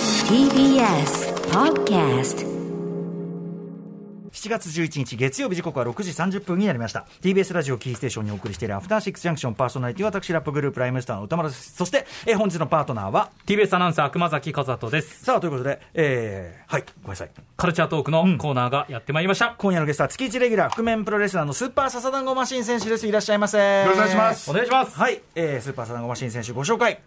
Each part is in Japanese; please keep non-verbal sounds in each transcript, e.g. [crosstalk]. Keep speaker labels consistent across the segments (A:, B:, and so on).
A: TBS Podcast
B: 7月11日月曜日時刻は6時30分になりました TBS ラジオキーステーションにお送りしているアフターシックスジャンクションパーソナリティは私ラップグループライムスターの歌丸ですそして、えー本日のパートナーは
C: TBS アナウンサー熊崎和人です
B: さあということでえー、はいごめんなさい
C: カルチャートークのコーナーがやってまいりました、
B: 今夜のゲストは月1レギュラー覆面プロレスラーのスーパーササダンゴマシン選手ですいらっしゃいませよ
D: ろしくお願いします
C: お願いしますはい、
B: はい、えー、スーパーササダンゴマシン選手ご紹介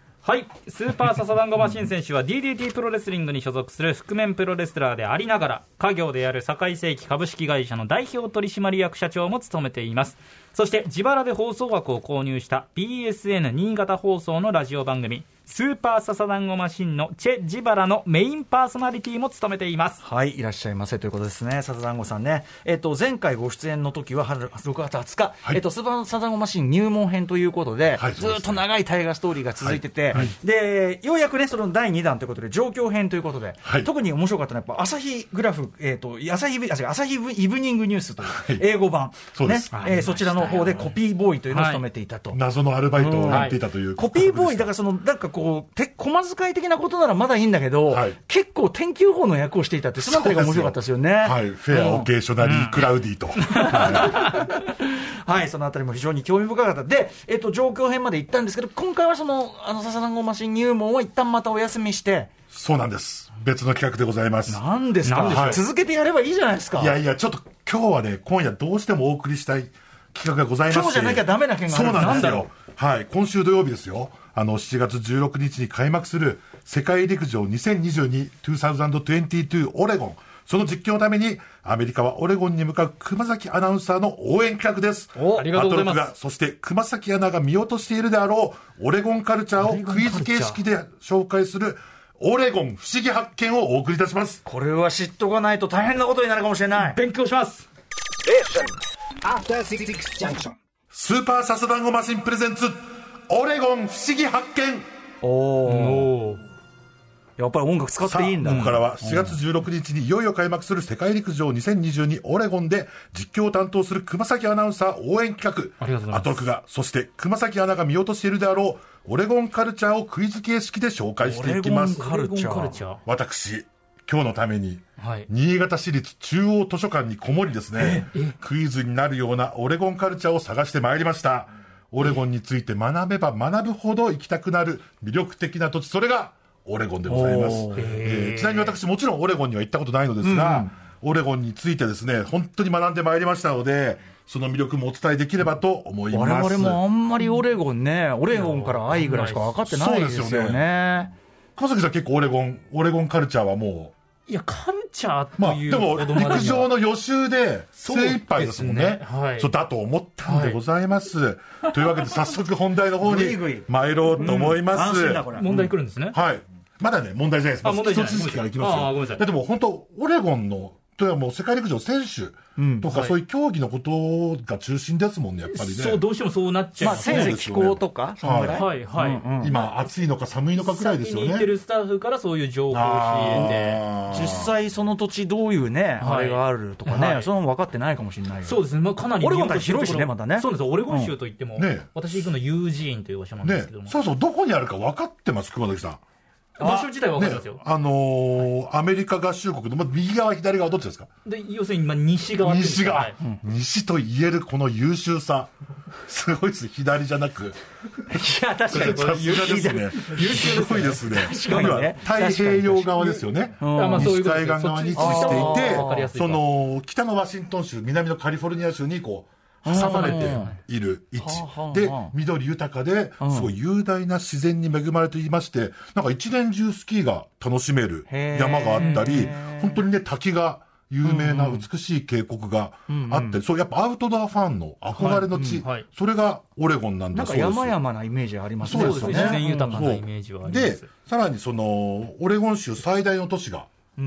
C: スーパーササダンゴマシン選手は DDT プロレスリングに所属する覆面プロレスラーでありながら家業である堺世紀株式会社の代表取締役社長も務めていますそして自腹で放送枠を購入した BSN 新潟放送のラジオ番組スーパーササダンゴマシンのチェ・ジバラのメインパーソナリティも務めています
B: はいいらっしゃいませということですねササダンゴさんねえっ、と前回ご出演の時は春6月20日、えっ、とスーパーササダンゴマシン入門編ということで、
D: はい
B: ずーっと長い大河ストーリーが続いてて、
D: はいはい
B: でようやくねその第2弾ということで状況編ということで、
D: はい
B: 特に面白かったのはやっぱ朝日グラフえっ、と朝日ビあ違う朝日イブニングニュースという英語版、
D: そうです
B: ねえーそちらの方でコピーボーイというのを務めていたと、
D: 謎のアルバイトをやっていたという、
B: コピーボーイ、だかららその、なんかこう、て、駒遣い的なことならまだいいんだけど、
D: はい
B: 結構天気予報の役をしていたって、そのあたりが面白かったですよね。
D: はい、フェア、オーケーショナリー、クラウディと、
B: [laughs] はい、そのあたりも非常に興味深かった。で、えっと、状況編まで行ったんですけど、今回はその、あの、笹団子マシン入門は一旦またお休みして、
D: そうなんです、別の企画でございます。
B: なんですか
C: なんで
D: しょう
B: 続けてやればいいじゃないですか。
D: いやいや、ちょっと今日はね、今夜どうしてもお送りしたい企画がございまして
B: 今日じゃなきゃダメな件がある
D: そうなんです
B: なん
D: よ。はい、今週土曜日ですよ。あの、7月16日に開幕する世界陸上2022-2022オレゴン。その実況のために、アメリカはオレゴンに向かう熊崎アナウンサーの応援企画です。
C: おありがとうございます
D: アトロクがそして熊崎アナが見落としているであろう、オレゴンカルチャーをクイズ形式で紹介する、オレゴン不思議発見をお送りいたします。
B: これは知っとかないと大変なことになるかもしれない。
C: 勉強します
D: スーパーサスダンゴマシンプレゼンツ、オレゴン不思議発見
B: おお。やっぱり音楽使っていいんだ。
D: ここからは7月16日にいよいよ開幕する世界陸上2022オレゴンで実況を担当する熊崎アナウンサー応援企
C: ありがとうございま
D: 画、
C: す
D: アトロクが、そして熊崎アナが見落としているであろう、オレゴンカルチャーをクイズ形式で紹介していきます。
B: カルチャー
C: カルチャー
D: 私、今日のために、
C: はい
D: 新潟市立中央図書館にこもりですね、クイズになるようなオレゴンカルチャーを探してまいりました。オレゴンについて学べば学ぶほど行きたくなる魅力的な土地、それがオレゴンでございます。えーちなみに私、もちろんオレゴンには行ったことないのですが、オレゴンについてですね、本当に学んでまいりましたので、その魅力もお伝えできればと思います。
B: 我々もあんまりオレゴンね、オレゴンから愛ぐらいしか分かってないですよね。
D: そうですよ川崎さん結構オレゴン、オレゴンカルチャーはもう、
C: いやカルチャー
D: ま
C: と
D: あ、
C: い
D: で
C: う
D: も、
C: ほどまでには
D: 陸上の予習で精一杯ですもん
C: そう
D: ね
C: で。すねはい
D: そうだと思ったんでございます。というわけで、早速本題の
C: [laughs]
D: 方
B: ぐい
D: に
B: ぐい
D: 参ろうと思います。
B: 安心だ、これ。
C: 問題来るんですね、
D: はい。まだね、問題じゃないです。
C: あ問題じゃない
D: 基礎知識からいきますよ。
C: ああごめんなさい
D: だってもう本当、オレゴンの、とはもう世界陸上選手とか、そういう競技のことが中心ですもんね、やっぱりね。
C: そうどうしてもそうなっちゃい
B: まあ、
C: ます
B: せ
C: ね、
B: いぜい気候とか、そのぐらい。
C: はいはい、
D: 今、暑いのか寒いのかくらいです
C: 先
D: よ
C: に
D: ね。
C: 行ってるスタッフからそういう情報を仕入れて
D: あー
B: 実際その土地どういうね、
C: はい
B: あれがあるとかね、
C: はい
B: その分かってないかもしれないよ
C: そうですね、まあ、かなり
B: オレゴンって広いしね
C: 見落と
B: またね
C: るところそうなんですよオレゴン州といっても、
D: うんねえ
C: 私行くのユージーンという場所なんです
D: ね
C: けども、
D: そもそもどこにあるか分かってます、熊崎さん。
C: 場所自体は分かりますよ、
D: ね、あのーアメリカ合衆国の、まあ、右側、左側、どっちですか
C: で要するにまあ西側っていうんです
D: 西
C: か
D: 側、
C: はい
D: 西と言えるこの優秀さ。 [laughs] すごいです、左じゃなく。
B: いや、確かにこ
D: さ
B: れ、
D: すがですね。優秀すごいですね。
B: かにね
D: 今太平洋側ですよね。
C: あまあそうい
D: 西
C: うこと
D: 海
C: です
D: 岸側に位置
C: そっち
D: し
C: あ
D: てい
C: ーわかりや
D: て、
C: すい
D: その、北のワシントン州、南のカリフォルニア州にこう、挟まれている位置
B: はあ。
D: で
B: はあ、
D: 緑豊かで、すごい雄大な自然に恵まれていまして、なんか一年中スキーが楽しめる
B: へー
D: 山があったり、本当にね、滝が、有名な美しい渓谷があって、そう、やっぱアウトドアファンの憧れの地
C: はいはい、
D: それがオレゴンなん
B: な
D: だ
B: ん
D: そ
B: か
D: うです。
B: 山々なイメージありますね。
D: そう
C: そう
D: です
C: で
D: よ
C: すね自
D: ね
C: 然豊か
D: そ
C: な
D: う
C: イメージはありま、
D: ですさらにその、オレゴン州最大の都市が、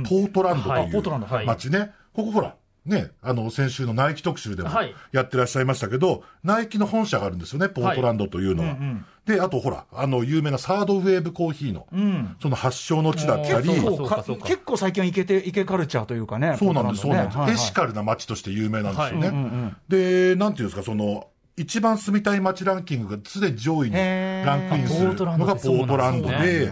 D: ポートランド
C: はいポー
D: と
C: トランドは
D: いう
C: い
D: 町ね。ここほら、ね、あの、先週のナイキ特集でも
C: はい
D: やってらっしゃいましたけど、ナイキの本社があるんですよね、ポートランドというのは。で、あとほら、あの、有名なサードウェーブコーヒーの、その発祥の地だったり、
C: 結
B: そ
C: 構そうう
B: か
C: かそうか
B: 結構最近はイケてイケカルチャーというかね、
D: そうなんです、そ
B: ポ
D: う
B: ー
D: な
B: ト
D: ん
B: ランドねはい
D: です、エシカルな街として有名なんですよね。で、なんていうんですか、その、一番住みたい街ランキングが常に上位に
B: へー
D: ランクインするのがポートランド
C: ポートランドね、
D: で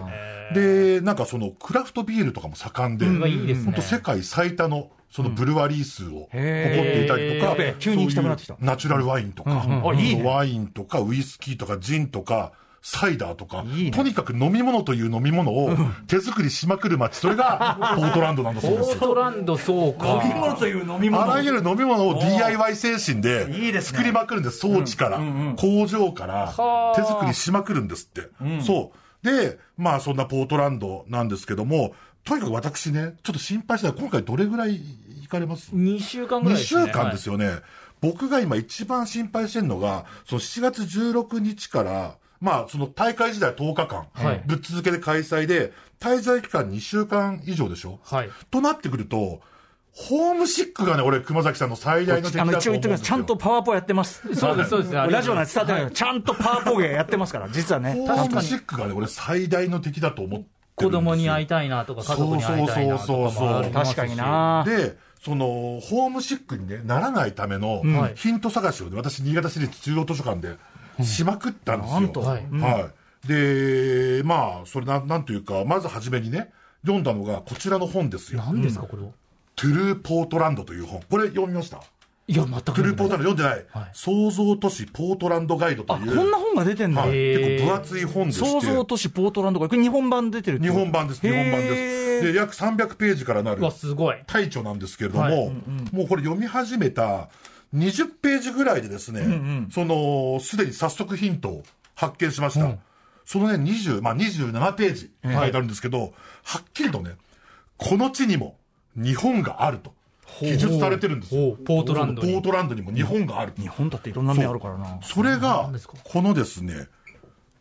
D: で、なんかそのクラフトビールとかも盛んで、
C: んいいですね
D: 本当世界最多のそのブルワリー数を誇っていたりと
C: へー
D: か、
C: やべえ
B: 急に行きたくなってきた
D: そういうナチュラルワインとか、
B: うんうんあいいね
D: ワインとかウイスキーとかジンとか、サイダーとか
B: いいね
D: とにかく飲み物という飲み物を手作りしまくる街、それがポートランドなんだそうで
C: オ
D: す
C: ー。トランドそうか
B: 飲み物という飲み
D: あ
B: 物
D: らゆる飲み物を DIY 精神
B: いいで
D: です
B: ね
D: 作りまくるんです。装置から、工場から
C: は、あ
D: 手作りしまくるんですって。そう。で、まあそんなポートランドなんですけども、とにかく私ね、ちょっと心配したら今回どれぐらい行かれます
C: 2週間ぐらい
D: 2
C: ですね
D: 週間ですよね、僕が今、一番心配してるのが、その7月16日から、まあ、その大会時代10日間、
C: はい
D: ぶっ続けで開催で、滞在期間2週間以上でしょ、
C: はい
D: となってくると、ホームシックがね、俺、熊崎さんの最大の敵
B: あ
D: だと思うん
B: の
D: です
B: 一
D: よ
B: 応言ってください、ちゃんとパワーポやってます、
C: そうですそうです
B: ラジオなんて伝わってないけど、ちゃんとパワーポ芸やってますから、実はね、
D: ホームシックがね、俺、最大の敵だと思ってるんです
C: 子
D: よ
C: 供に会いたいなとか家族に会いたいなとかもありますし
B: 確かにな、
D: で、その、ホームシックに、ね、ならないための
C: ん
D: ヒント探しをね、私、新潟市立中央図書館でしまくったんですよ。
B: なんと
C: はい
D: はい。で、まあ、それなん、なんというか、まず初めにね、読んだのがこちらの本ですよ。
C: 何ですかこれは
D: トゥルーポートランドという本。これ読みました
C: いや全く
D: トゥルーポートランド読んでない。
C: はい
D: 創造都市ポートランドガイドと
B: あこ
D: い
B: ん
D: う。
B: な本が出てんだ
D: は、い、
C: へー
D: 結構分厚い本でして。
B: 創造都市ポートランドが、これ日本版出てるって
D: 日
B: こと
D: 本版です、日本版で
B: へー
D: す。で、約300ページからなる
C: うわすごい
D: 大著なんですけれども、
C: はい
D: もうこれ読み始めた20ページぐらいでですね、その、すでに早速ヒントを発見しました。そのね、20、まあ27ページ書いてあるんですけど、はっきりとね、この地にも日本があると記述されてるんです
C: ほ
D: よ
C: う。ポートランドに
D: ポートランドにも日本があると
B: 日本だっていろんな面あるからな、
D: それが
C: 何ですか、
D: このですね、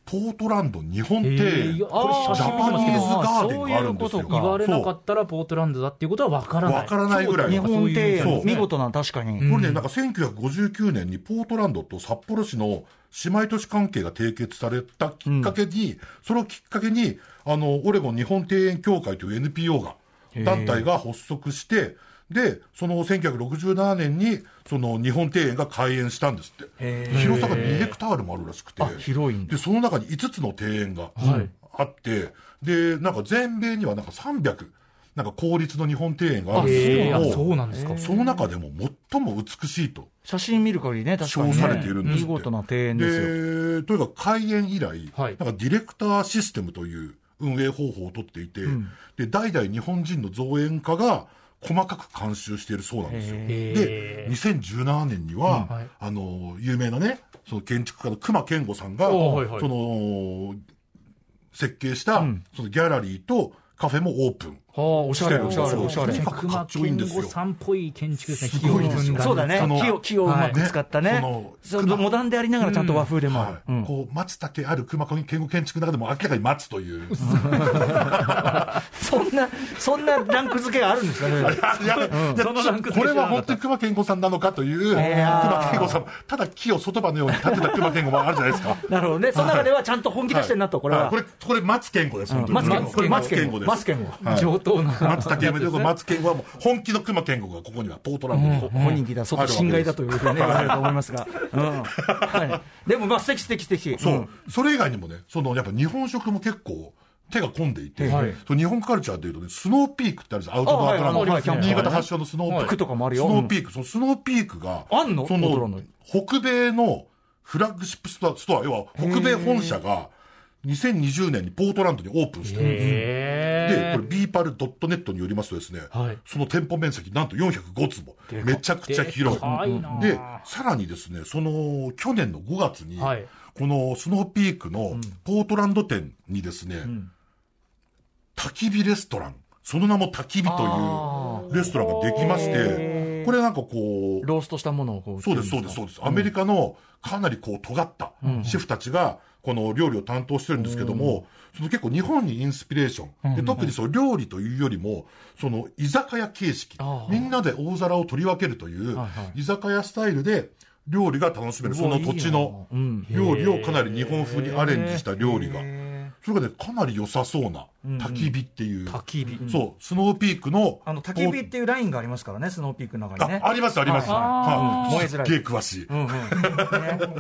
D: ポートランド日本庭
C: へ
D: 園、
C: ー
D: こ
C: あー
D: れジャパニーズガーデンがあるんです
B: そういうこと。か
D: よ
C: 言われなかったらポートランドだっていうことは分からない
D: わからないぐらい
B: 日本庭
D: そう
B: 園、見事な、確かに、
D: これね、なんか1959年にポートランドと札幌市の姉妹都市関係が締結されたきっかけに、それをきっかけに、あの、オレゴン日本庭園協会という NPO が、団体が発足して、で、その1967年に、その日本庭園が開園したんですって。広さが2ヘクタールもあるらしくて。
B: あ広いんだ
D: で、その中に5つの庭園が
C: はい
D: あって、で、なんか全米にはなんか300、なんか公立の日本庭園があるんですけ
C: へ
D: ど
C: ー
D: も
C: あそうなんですか
D: その中でも最も美しいと
B: 写真見る限りね、確か
D: 称
B: に、
D: されているんですって、
B: 見事な庭園ですよ。
D: でとにかく開園以来、
C: はい
D: なんかディレクターシステムという運営方法をとっていて、で代々日本人の造園家が細かく監修しているそうなんですよ。で
C: へー
D: 2017年には、
C: うんはい
D: あの有名なねその建築家の隈研吾さんが、
C: おはいはい
D: その設計した、
B: うん
D: そのギャラリーとカフェもオープン。
B: はあ、おしゃれ、おしゃれ、
D: そう
B: おしゃれ。
D: とにかくかっちょいいんです
C: 熊
D: よ
C: 健吾さんっぽい建築ですね
D: すごいです
C: 企業文
D: よ
C: 化
B: そうだね
D: その、
B: 木を、木をうまく使ったね。
D: はい
B: そ
D: その
B: うモダンでありながらちゃんと和風でもある
D: は。い
B: うん
D: こう松竹ある熊健吾建築の中でも明らかに松という。
B: そんな、そんなランク付けがあるんですかね。
D: いや、いや
C: そのランク付け
D: これ
C: 知らなかった
D: は本当に熊健吾さんなのかという、熊
B: やー
D: 健吾さん、ただ木を外葉のように立てた熊健吾もあるじゃないですか。
B: なるほどね。その中ではちゃんと本気出してんなと、これ
D: はい
B: は
D: こ。れ、これ松健吾です、本当に
B: マツケンゴ、
D: これ
B: マツ
D: 松
B: ケ
D: 健
B: ンゴ
D: 吾です。
B: マツケンゴ。
D: はい
C: 上等な
D: 松竹山で松健吾はもう本気の熊健吾がここにはポートランドに
B: うん本人聞いたら外侵害だというふうにね、言われると思います
D: [laughs]
B: が。うんはいでも、まあ、素敵素敵素敵。
D: そう、
B: ん
D: それ以外にもね、そのやっぱ日本食も結構手が込んでいて、
C: はい
D: その日本カルチャーでいうとね、スノーピークってあるじゃん、アウトドアトランド、
B: はいはいはい
D: 新潟発祥のスノーピーク、
B: はい服とかもあるよ
D: スノーピーク、そのスノーピークが、
B: あんの
D: そ
B: オートランド
D: の
B: に
D: 北米のフラッグシップストア、ストア要は北米本社が2020年にポートランドにオープンしてるんですよ。で、
C: へ
D: これ、ビーパル .net によりますとですね、
C: はい
D: その店舗面積、なんと405坪。めちゃくちゃ広い。で、さらにですね、その、去年の5月に、
C: はい
D: このスノーピークのポートランド店にですね、焚き火レストラン、その名も焚き火
B: あ
D: というレストランができまして
B: へ、ー
D: これなんかこう、
B: ローストしたものをこう。
D: そうです、そうです、そうです。アメリカのかなりこう尖ったシェフたちが、この料理を担当してるんですけども、その結構日本にインスピレーション。で特にその料理というよりも、その居酒屋形式
B: あ。ー
D: みんなで大皿を取り分けるという
B: はいは、
D: 居酒屋スタイルで料理が楽しめる。
B: う
D: そ
B: わ
D: の土地の
B: いいなうん
D: 料理をかなり日本風にアレンジした料理が。それがね、かなり良さそうな、焚き火っていう、
C: 焚き火
D: そう、スノーピークの、
B: あの焚き火っていうラインがありますからね、スノーピークの中にね。
D: ああります、あります。
B: はい
D: は
B: うん
D: い、すっげえ
B: 燃
D: 詳しい。
B: うんうん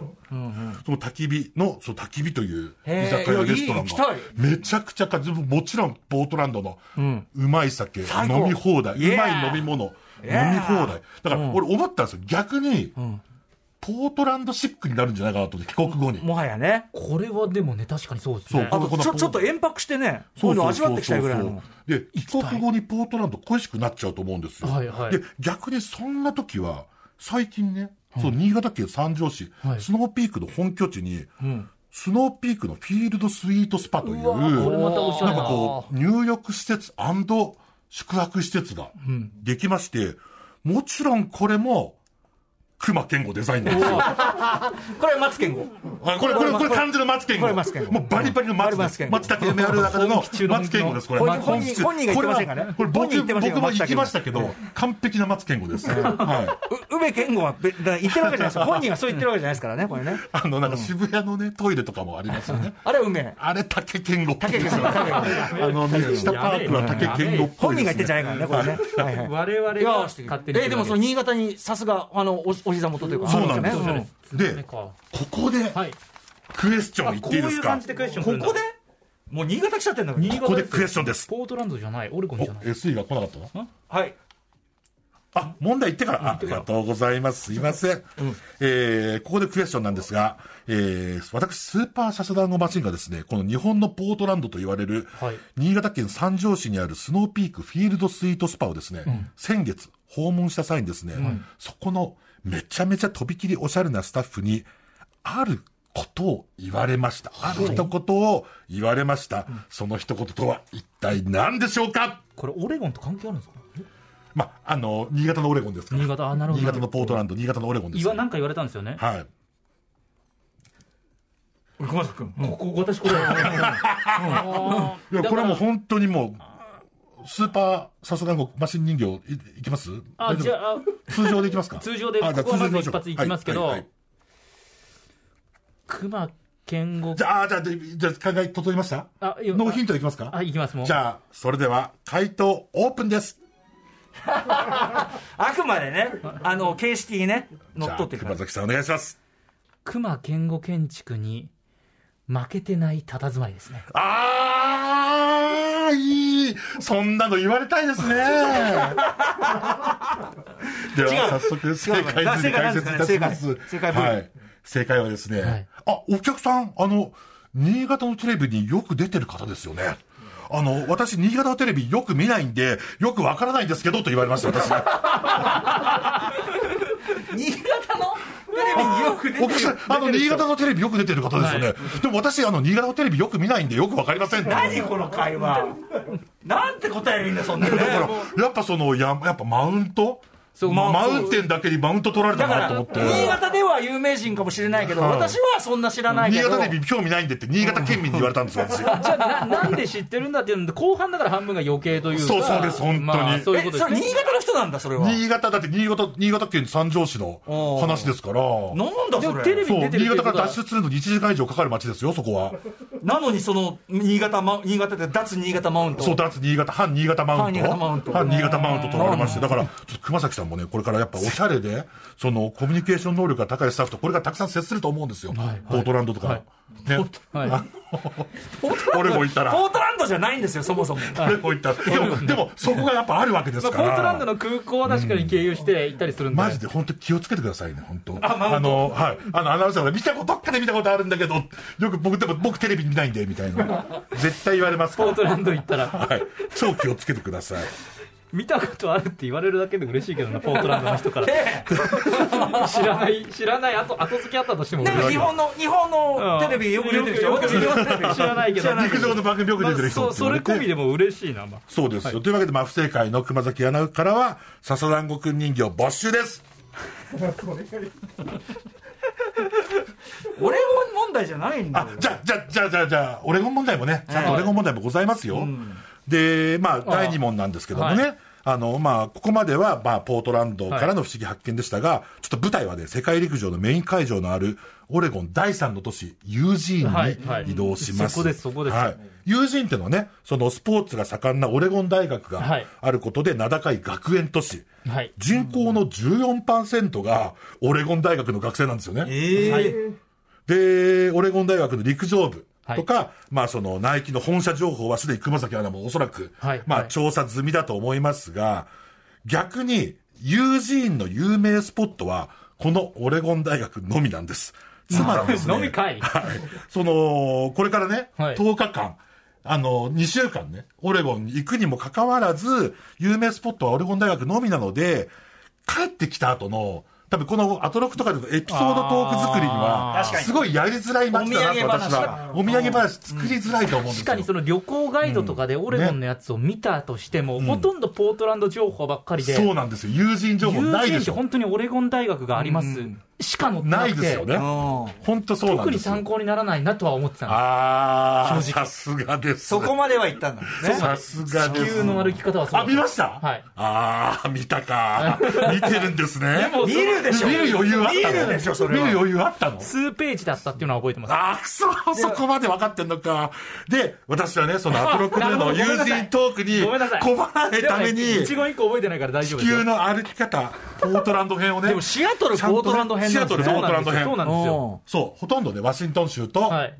B: ね
D: その焚き火の、そう、焚き火という
B: へー
D: 居酒屋レストラ
B: いやいい行
D: ン
B: きたい
D: が、めちゃくちゃか、でももちろん、ポートランドの、
B: ん
D: うまい酒、
B: 最高
D: 飲み放題、
B: Yeah
D: うまい飲み物、飲み放
B: Yeah
D: 題。だから、俺思ったんですよ。逆に、ポートランドシックになるんじゃないかなと思って、帰国後に。
B: もはやね。
C: これはでもね確かにそうです
D: そう
C: ね
B: あと
D: この
B: ちょ
D: この
B: ちょっと遠泊してね、そういうの味わってきたいぐらいの。
D: で、帰国後にポートランド恋しくなっちゃうと思うんですよ。
C: はいはい
D: で、逆にそんな時は、最近ね、そう、新潟県三条市、
C: はい
D: スノーピークの本拠地に、
B: ん
D: スノーピークのフィールドスイートスパという、
C: これまたおしゃれ
D: なん
C: な
D: かこう、入浴施設宿泊施設ができまして、もちろんこれも、熊健吾デザインなんですよ。
B: これ、マツケンゴ。
D: あこれ、これ、これ、漢字の松健吾。
B: これ松健吾
D: もうバリバリの松です。
B: うん
D: 松竹のある中での
C: 本気中の
D: 松健吾です、これ。
B: 本気本気
D: 中
B: 本人が言ってませんからね
D: これは、こ
B: 本人言
D: れ
B: ってま
D: 僕
B: せん
D: 僕
B: よ
D: も行きましたけ
B: 松
D: ど、完璧な松健吾
B: [laughs]
D: です。はい。
B: う梅健吾はべだから言ってるわけじゃないです
D: [laughs]
B: よ。本人がそう言ってるわけじゃないですからね、これね。
D: あの、なんか渋谷のね、トイレとかもありますよね。
B: あれは
D: [laughs]
B: 梅。
D: あれ、竹健吾っぽい
B: 竹
D: で
B: 健
D: す
B: 吾
D: よ。
B: 竹健
D: あの、宮下パークは竹健吾っぽ
B: 本
D: いです
B: 人が言って
D: ね。
B: んじゃないからね、これね。はいはい
C: 我々
B: いや
C: が勝手に
B: えでもその新潟にさすがあのおお膝元というか
D: そうなんです
B: あ
D: よ
B: るね
D: で、ここで、
C: はい
D: クエスチョン言
C: こ
D: っ
C: う
D: ていいで
C: い
D: す
C: う
D: か
C: 感じでクエスチョン
B: うんここでもう新潟来ちゃってんだから
D: ここでクエスチョンです。
C: ポートランドじゃないオレゴン
D: お、
C: じゃない
D: SE が来なかったの
B: はい
D: あ、問題言ってから。ありがとうございます。すいません。えー、ここでクエスチョンなんですが、えー、私、スーパーシャスダンゴマシンがですね、この日本のポートランドと言われる、
C: はい
D: 新潟県三条市にあるスノーピークフィールドスイートスパをですね、先月訪問した際にですね、そこのめちゃめちゃとびきりおしゃれなスタッフに、あることを言われました。ある一言を言われました。その一言とは一体何でしょうか
C: これオレゴンと関係あるんですか
D: まあ、あの、新潟のオレゴンですから。
C: 新潟あなるほど
D: 新潟のポートランド、新潟のオレゴンです
C: 言わ
D: から。
C: なんか言われたんですよね
D: はい。
B: 熊崎君
C: ここ
D: [laughs]
C: 私これ
D: いや、これはもう本当にもう、スーパーサスダンゴマシン人形い、いきます
C: あ
D: 大丈夫
C: じゃあ
D: 通常でいきますか
C: 通常で
D: あじゃあ
C: ここはまず
D: 通常で
C: 一発い
D: いきしょう
C: きますけど
D: はいはいはい
C: 熊健吾
D: じゃあ、あじゃあ、でじゃあ、考え整いました
C: あいや
D: ノーヒントいきますか
C: あいきますもう
D: じゃあ、それでは、回答オープンです。
B: あくまでねあの形式にね乗
D: じ
B: っ
D: ゃ
B: 取
D: あ、
B: っていくか
D: 熊
B: ら
D: 崎さんお願いします。
C: 熊健吾建築に負けてない佇まいですね
D: あー、いい。そんなの言われたいですね。では、早速、正
B: 違う
D: 解図に解説いたします。
B: 正解なんですかね正解正解文
D: はい。正解はですね、
C: はい
D: あ、お客さん、あの、新潟のテレビによく出てる方ですよね。あの、私、新潟のテレビよく見ないんで、よくわからないんですけど、と言われました、
B: [laughs]
D: 私。
B: 新潟のテレビによく出て
D: お客さん
B: る、
D: あの、新潟のテレビよく出てる方ですよね。でも私、あの、新潟のテレビよく見ないんで、よくわかりませんって言われました
B: 何この会話なんて答えるんだそんなね
D: だから、やっぱその、ややっぱマウント
C: そう
D: ま
C: まあ
D: マウンテンだけにマウント取られた
B: だか
D: な
B: ら
D: と思って。
B: 新潟では有名人かもしれないけど
D: はい
B: 私はそんな知らないけ
D: 新
B: ど
D: 潟テレビ興味ないんでって、新潟県民に言われたんですよ、私。
C: じゃあな [laughs] なんで知ってるんだっていうので後半だから半分が余計というか
D: そうそうです本当に
C: まあ、そういうこ
B: え
C: とで
B: そ
C: す
B: れ
C: ね
B: 新潟の人なんだそれは
D: 新潟、だって新潟、新潟県三条市の話ですから。
B: なんだ
C: で
B: そ
C: もテレ
B: れ
C: ビに
D: そ
C: 出てる
D: う、新
C: っていう
D: 潟
C: こ
D: か
C: と
D: ら
C: は
D: 脱出するのに1時間以上かかる街ですよ、そこは。
B: なのにその新潟マ新潟で脱新潟マウント
D: そう、脱新潟、反新潟マウン
B: 反
D: ト。
B: 新潟マウント
D: 反新潟マウント取られまして、だから、ちょっと熊崎さんもね、これからやっぱおしゃれで、その、コミュニケーション能力が高いスタッフと、これからたくさん接すると思うんですよ。ポートランドとか。ね。
C: はい
D: あのオレゴン行ったら。
B: ポートランドじゃないんですよそもそも
D: これこういっ
C: [laughs]
D: た。でも、でも、そこがやっぱあるわけです
C: まあ、
D: か
C: ポ
D: ら。
C: ートランドの空港は確かに経由して行ったりするんで、
D: マジで本当気をつけてくださいね、本当。あの、はい。あの、アナウンサーが見たこと、どっかで見たことあるんだけど、よく僕、でも僕テレビ見ないんで、みたい
C: [laughs]
D: な。絶対言われますか
C: ポー
D: ら。
C: トランド行ったら、
D: はい。超気をつけてください。
C: 見たことあるって言われるだけで嬉しいけどな、ポートランドの人
D: [laughs]
C: から。
B: ええ
C: 知らない、知らない、後、後付けあったとしても
B: で
C: 嬉しい
B: も日本の日本のテレビよく出てる人
C: うん
B: 私日本のテレビ
C: 知らないけど
B: 知らない
D: 陸上の番組よく
C: ま
D: 出
C: あ
D: てる人
C: そうそれ込みでも嬉しいな、まあ、
D: そうですよ。というわけで、まあ、不正解の熊崎アナからは、笹団子くん人形没収です。
B: オレゴン問題じゃないんだ
D: あ
B: よ、
D: じゃあ、じゃあ、じゃあ、じゃあ、じゃあ、オレゴン問題もね、ちゃんとオレゴン問題もございますよ。で、まあ、第2問なんですけどもね、あの、まあ、ここまでは、まあ、ポートランドからの不思議発見でしたが、ちょっと舞台はね、世界陸上のメイン会場のある、オレゴン第3の都市、ユージ
C: はいは
D: ーン
C: い
D: に移動します。
C: そこですそこです
D: はい。ユージーンってのはね、そのスポーツが盛んなオレゴン大学
C: は
D: が
C: い
D: あることで、名高い学園都市。
C: はい
D: 人口の14%がオレゴン大学の学生なんですよね。
B: ええ
D: で、オレゴン大学の陸上部とか、まあそのナイキの本社情報はすでに熊崎アナもおそらく、
C: はい
D: まあ
C: はい
D: 調査済みだと思いますが、逆にユージーンの有名スポットは、このオレゴン大学のみなんです。つまりですね、
C: [laughs] 飲み会
D: はいその、これからね、
C: はい
D: 10日間、あの、2週間ね、オレゴンに行くにもかかわらず、有名スポットはオレゴン大学のみなので、帰ってきた後の、多分このアトロックとかでのエピソードトーク作りに
B: あ
D: は、
B: ー確かに
D: すごいやりづらい街だな
B: お
D: と
B: 土産話
D: 私は。お土産話作りづらいと思うんです
C: 確
D: よ。
C: かにその旅行ガイドとかでオレゴンのやつを見たとしても、ほとんどポートランド情報ばっかりで、
D: そうなんですよ。友人情報
C: 友
D: ない
C: 人
D: で
C: って
D: しょ。
C: 本当にオレゴン大学があります、しか載ってな
D: な
C: くて
D: いですよね。
B: うん
D: 本当そうなん
C: 特
D: で
C: に
D: すよ
C: 参。考にならないなとは思ってたんで
D: ああ、
B: 正
D: さすがです。
B: そこまでは行ったんだね
D: さすがです
C: す。地球の歩き方はそう
D: あ、見ました
C: はい。
D: ああ、見たか。見てるんですね。
C: でも
B: 見るでしょ
D: 見る余裕あったの
B: 見るでしょそれは
D: 見る余裕あったの
C: 数ページだったっていうのは覚えてます
D: あー、くそ、そこまで分かってんのか。で、私はね、そのアトロックルーの友人トークに
C: ごめんなさい
D: 困らないため
C: でもね
D: に、
C: 一言一個覚えてないから大丈夫で
D: 地
C: すよ
D: 球の歩き方、ポートランド編をね
B: でも、シアトル
D: ちゃんと
B: ポー
D: ね
B: トランド編
D: シ
B: な
D: ア
B: んで
D: ト
B: す
D: ル
B: ね
D: ポートランド編。
C: そうなんですよ
D: そう、ほとんどね、ワシントン州と
C: そうなんですよはい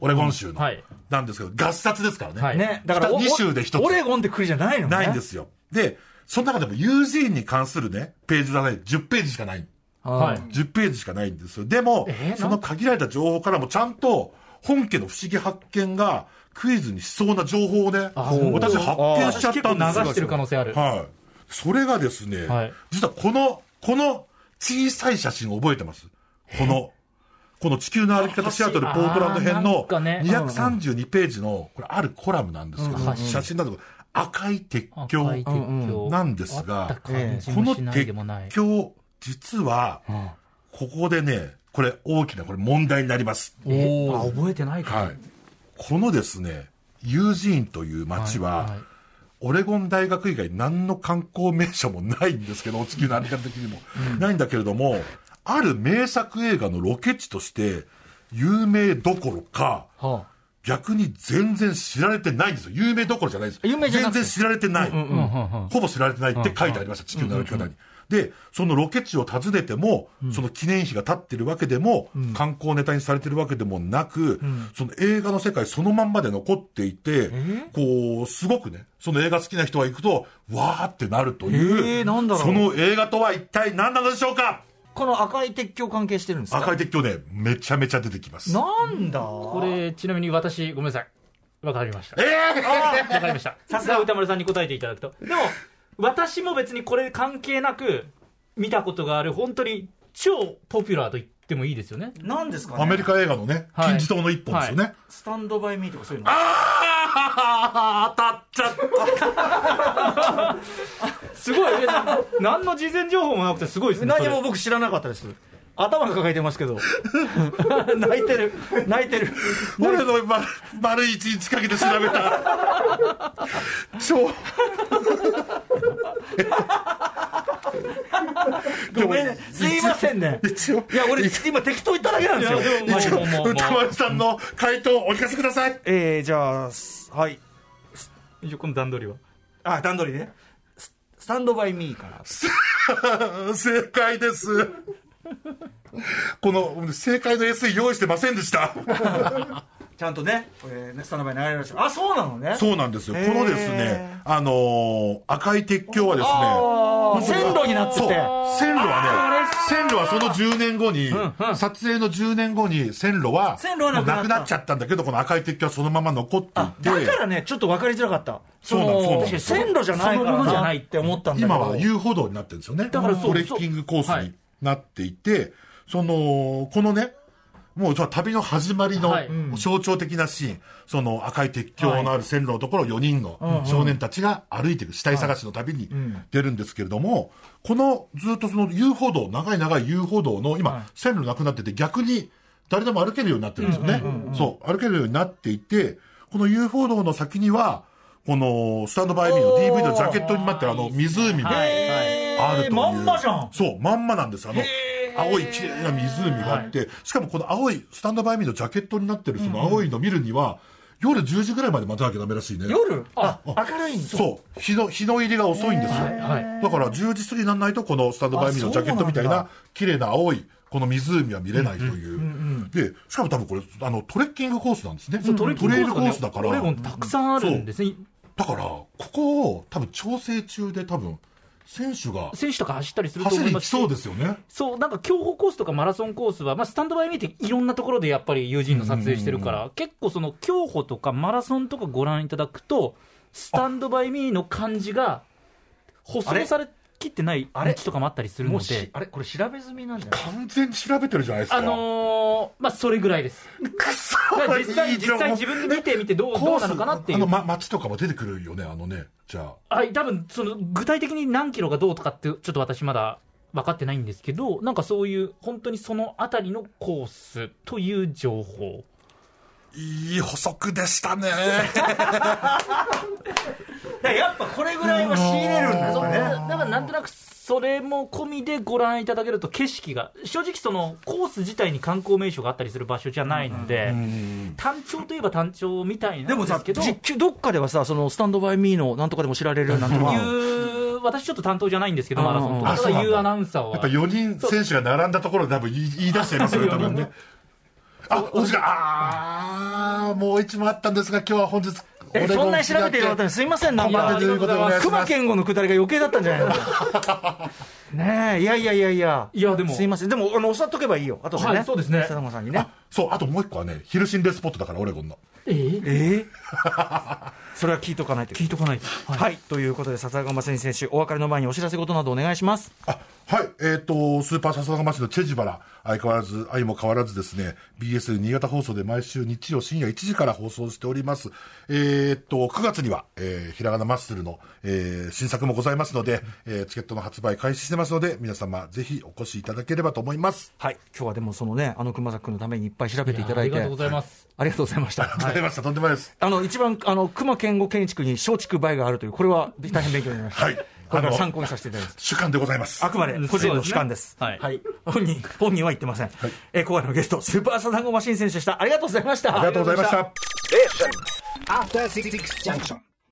D: オレゴン州の
C: はい、
D: なんですけど、合冊ですからね。
C: はい
B: ねだから
D: 二州で一つ
B: オレゴンって国じゃないのね
D: ないんですよ。で、その中でも友人に関するね、ページはね、10ページしかない。
B: は
C: はいい
D: 10ページしかないんですよ。でも、
C: えー
D: その限られた情報からもちゃんと、本家の不思議発見がクイズにしそうな情報をね、
C: あそう
D: 私発見しちゃったんです
C: あー私結構
D: よ。
C: 流してる可能性ある
D: はい。それがですね、
C: はい
D: 実はこの、この小さい写真を覚えてます。この、この地球の歩き方シアトルポートランド編
C: あーな
D: の
C: んかね
D: 232ページの、これあるコラムなんですけど、
C: うん
D: 写真だと赤い鉄橋
C: 赤い鉄橋
D: なんですが
C: あった感じ
D: こ
C: も
D: の
C: しない
D: 鉄
C: でもない
D: 橋、実は、ここでね、これ大きなこれ問題になります。
C: えあ覚えてないか
D: はい。このですね、ユージーンという街は、
C: はいはい
D: オレゴン大学以外何の観光名所もないんですけど、地球の歩き方的にも。ないんだけれども、ある名作映画のロケ地として、有名どころか、
C: は
D: 逆に全然知られてないんですよ。有名どころじゃないです。
B: 有名じゃな
D: 全
B: くて
D: 然知られてない。
C: あうんうんうん
D: ほぼ知られてないって書いてありました、地球の歩き方に。で、そのロケ地を訪ねても、その記念碑が立ってるわけでも、観光ネタにされてるわけでもなく、その映画の世界そのまんまで残っていて、こう、すごくね、その映画好きな人が行くと、わーってなるとい
B: えー
D: う、
B: なんだろう
D: その映画とは一体何なのでしょうか
B: この赤い鉄橋関係してるんですか
D: 赤い鉄橋ね、めちゃめちゃ出てきます。
B: なんだ
C: これちなみに私ごめんなさいわかりました
D: えー
C: わかりま
D: [laughs]
C: した。さすが歌丸さんに答えていただくと。でも、私も別にこれ関係なく、見たことがある、本当に超ポピュラーと言ってもいいですよね。
B: なんですかね
D: アメリカ映画のね、
C: はい
D: 金字塔の一本ですよね。
B: スタンドバイミーとかそういうの
D: ああ当たっちゃった
C: すごい、え何の事前情報もなくてすごいですね。
B: 何も僕知らなかったです頭が抱えてますけど [laughs] 泣いてる泣いてる
D: 俺の丸丸一日かけて調べた超
B: ごめんねすいませんね
D: 一応
B: いや俺今適当言っただけなんですよ
C: いやでもまあ
D: 一
C: もうも
D: 応
C: うもう
D: 歌丸さんの回答をお聞かせください [laughs]
B: えー、じゃあすはい
C: それ以上この段取りは。
B: あ段取りねススタンドバイミーから
D: 正解ですこの正解の SE 用意してません
B: [laughs]
D: でした
B: ちゃんとね、これねスタンドバイ流れましたあそうなのね
D: そうなんですよ
B: へ
D: こ
B: ー
D: のですねあのー赤い鉄橋はですね
B: あー
D: 本当
B: 線路になってて
D: そう線路はね線路はその10年後に、撮影の10年後に線路は
B: 線路はなくなった
D: もうっちゃったんだけどこの赤い鉄橋はそのまま残って
B: あ
D: いて
B: だからねちょっと分かりづらかった
D: そうなんですそうな
B: 確
D: ん
B: か
D: で
B: に
D: す
B: 線路じゃないから
C: そのものじゃ
B: な
C: ない
B: って思ったんだけど
D: 今は遊歩道になってるんですよねだ
C: からそう
D: トレッキングコース
C: は
D: に
C: い
D: なっていて、そのこのねもうその旅の始まりの
C: はい
D: うん象徴的なシーン、その赤い鉄橋のある線路のところを4人の少年たちが歩いていく死体探しの旅に出るんですけれども、このずっとその遊歩道長い長い遊歩道の今線路なくなってて逆に誰でも歩けるようになってるんですよね、そう歩けるようになっていてこの遊歩道の先にはこの、スタンドバイミーの DV のジャケットになってるあの、湖に
C: は
D: あ
C: い
D: るという。
B: まんまじゃん
D: そう、まんまなんです。あの、青い綺麗な湖があって、しかもこの青い、スタンドバイミーのジャケットになってるその青いの見るには、夜10時ぐらいまで待たなきゃダメらしいね。
B: 夜あ明るいんです
D: そう、日の、日の入りが遅いんですよ。
C: はい
D: だから10時過ぎにならないとこのスタンドバイミーのジャケットみた
B: あ
D: い
B: そうなん
D: な綺麗な青いこの湖は見れないという、でしかも多分これあのトレッキングコースなんですね
C: トレッキン
D: トレイ
C: グ
D: ル
C: コ
D: コ
C: ー
D: ー
C: ス
D: ス
C: だ
D: だ
C: か
D: からら
C: オレゴンたくさんあるんですね
D: だからここを多分調整中で多分選手が
C: 選手とか走ったりすると
D: 走
C: 思
D: り
C: い
D: に
C: ま
D: 来
C: す
D: そうです
C: し
D: よね
C: そうなんか競歩コースとかマラソンコースは、まあ、スタンドバイ見ていろんなところでやっぱり友人の撮影してるから、結構その競歩とかマラソンとかご覧いただくとスタンドバイミーの感じが舗
B: あ
C: 装
B: れ
C: されきってない
B: あれ
C: 道とかもあったりするの
B: もし
C: で
B: あれこれ調べ済みなんじゃない
D: 完全に調べてるじゃないですか、
C: あ
D: [laughs]
C: のーまあそれぐらいです
D: くそ
C: だから実際
D: いい情報
C: 実際自分で見てみてどう
D: コ
C: ど
D: ー
C: う
D: ス
C: なのかなってい
D: あ
C: う
D: の、ま、街とかも出てくるよねあのねじゃあ
C: はい、多分その具体的に何キロがどうとかって、ちょっと私、まだ分かってないんですけど、なんかそういう、本当にそのあたりのコースという情報。
D: いい補足でしたね
B: だからやっぱこれぐらいは仕入れるんだ
D: そ
B: よ
D: う
B: ね
D: ね
C: だからなんとなくそれも込みでご覧いただけると景色が正直そのコース自体に観光名所があったりする場所じゃないので、単調といえば単調みたい
B: で
C: なん
B: も
C: です
B: さ
C: けど
B: 実況どっかではさそのスタンドバイミーのなんとかでも知られるなんとか
C: いう私ちょっと担当じゃないんですけど
B: うん
C: マラソンとか
D: あ
C: ただ
D: そうなんだ
C: いうアナウンサーは
D: やっぱ4人選手が並んだところで多分言い言い出しちゃいますよね、
C: [laughs]
D: 多分ね。あ、お時間、あー、もう一問あったんですが、今日は本日、
B: えそんなに調べてるのすいませんなん
D: ここま
B: か
D: でということでお願いし
B: 熊
D: ます。
B: 健吾のくだりが余計だったんじゃない
C: [laughs]
B: のねえいやいやいやいや
C: いやでも
B: すいませんでもあのおっしゃっとけばいいよあとでね、
C: はいそうですね
B: 佐藤さんにね
D: あそう、あともう一個はね、昼心霊スポットだから、オレゴンの。
C: [laughs] えー
B: ええ [laughs] それは聞いとかないと
C: 聞いとかないと、
B: はい、ということで笹川真選手お別れの前にお知らせ事などお願いします
D: あはい、えっ、と、スーパーササガマ市のチェジバラ、相変わらず、相も変わらずですね、BS 新潟放送で毎週日曜深夜1時から放送しております。えっ、と、9月には、えー、ひらがなマッスルの、えー新作もございますので、えーチケットの発売開始してますので、皆様、ぜひお越しいただければと思います。
B: はい今日はでもそのねあの熊崎君のためにいっぱい調べていただいて
C: いやありがとうございます
B: はいありがとうございました [laughs]
D: ありがとうございました。とんでもないです。
B: あの一番あの熊健吾建築に松竹梅があるというこれは大変勉強になりました、
D: はい
B: これか
D: あ
B: ら
D: の
B: 参考にさせていただきます
D: 主観でございます。
B: あくまで個人の主観です。
C: そうですねはい
B: 本人、本人は言ってません。えー、今回のゲスト、スーパーサダンゴマシン選手でした。ありがとうございました。
D: ありがとうございました。
E: After Six Junction.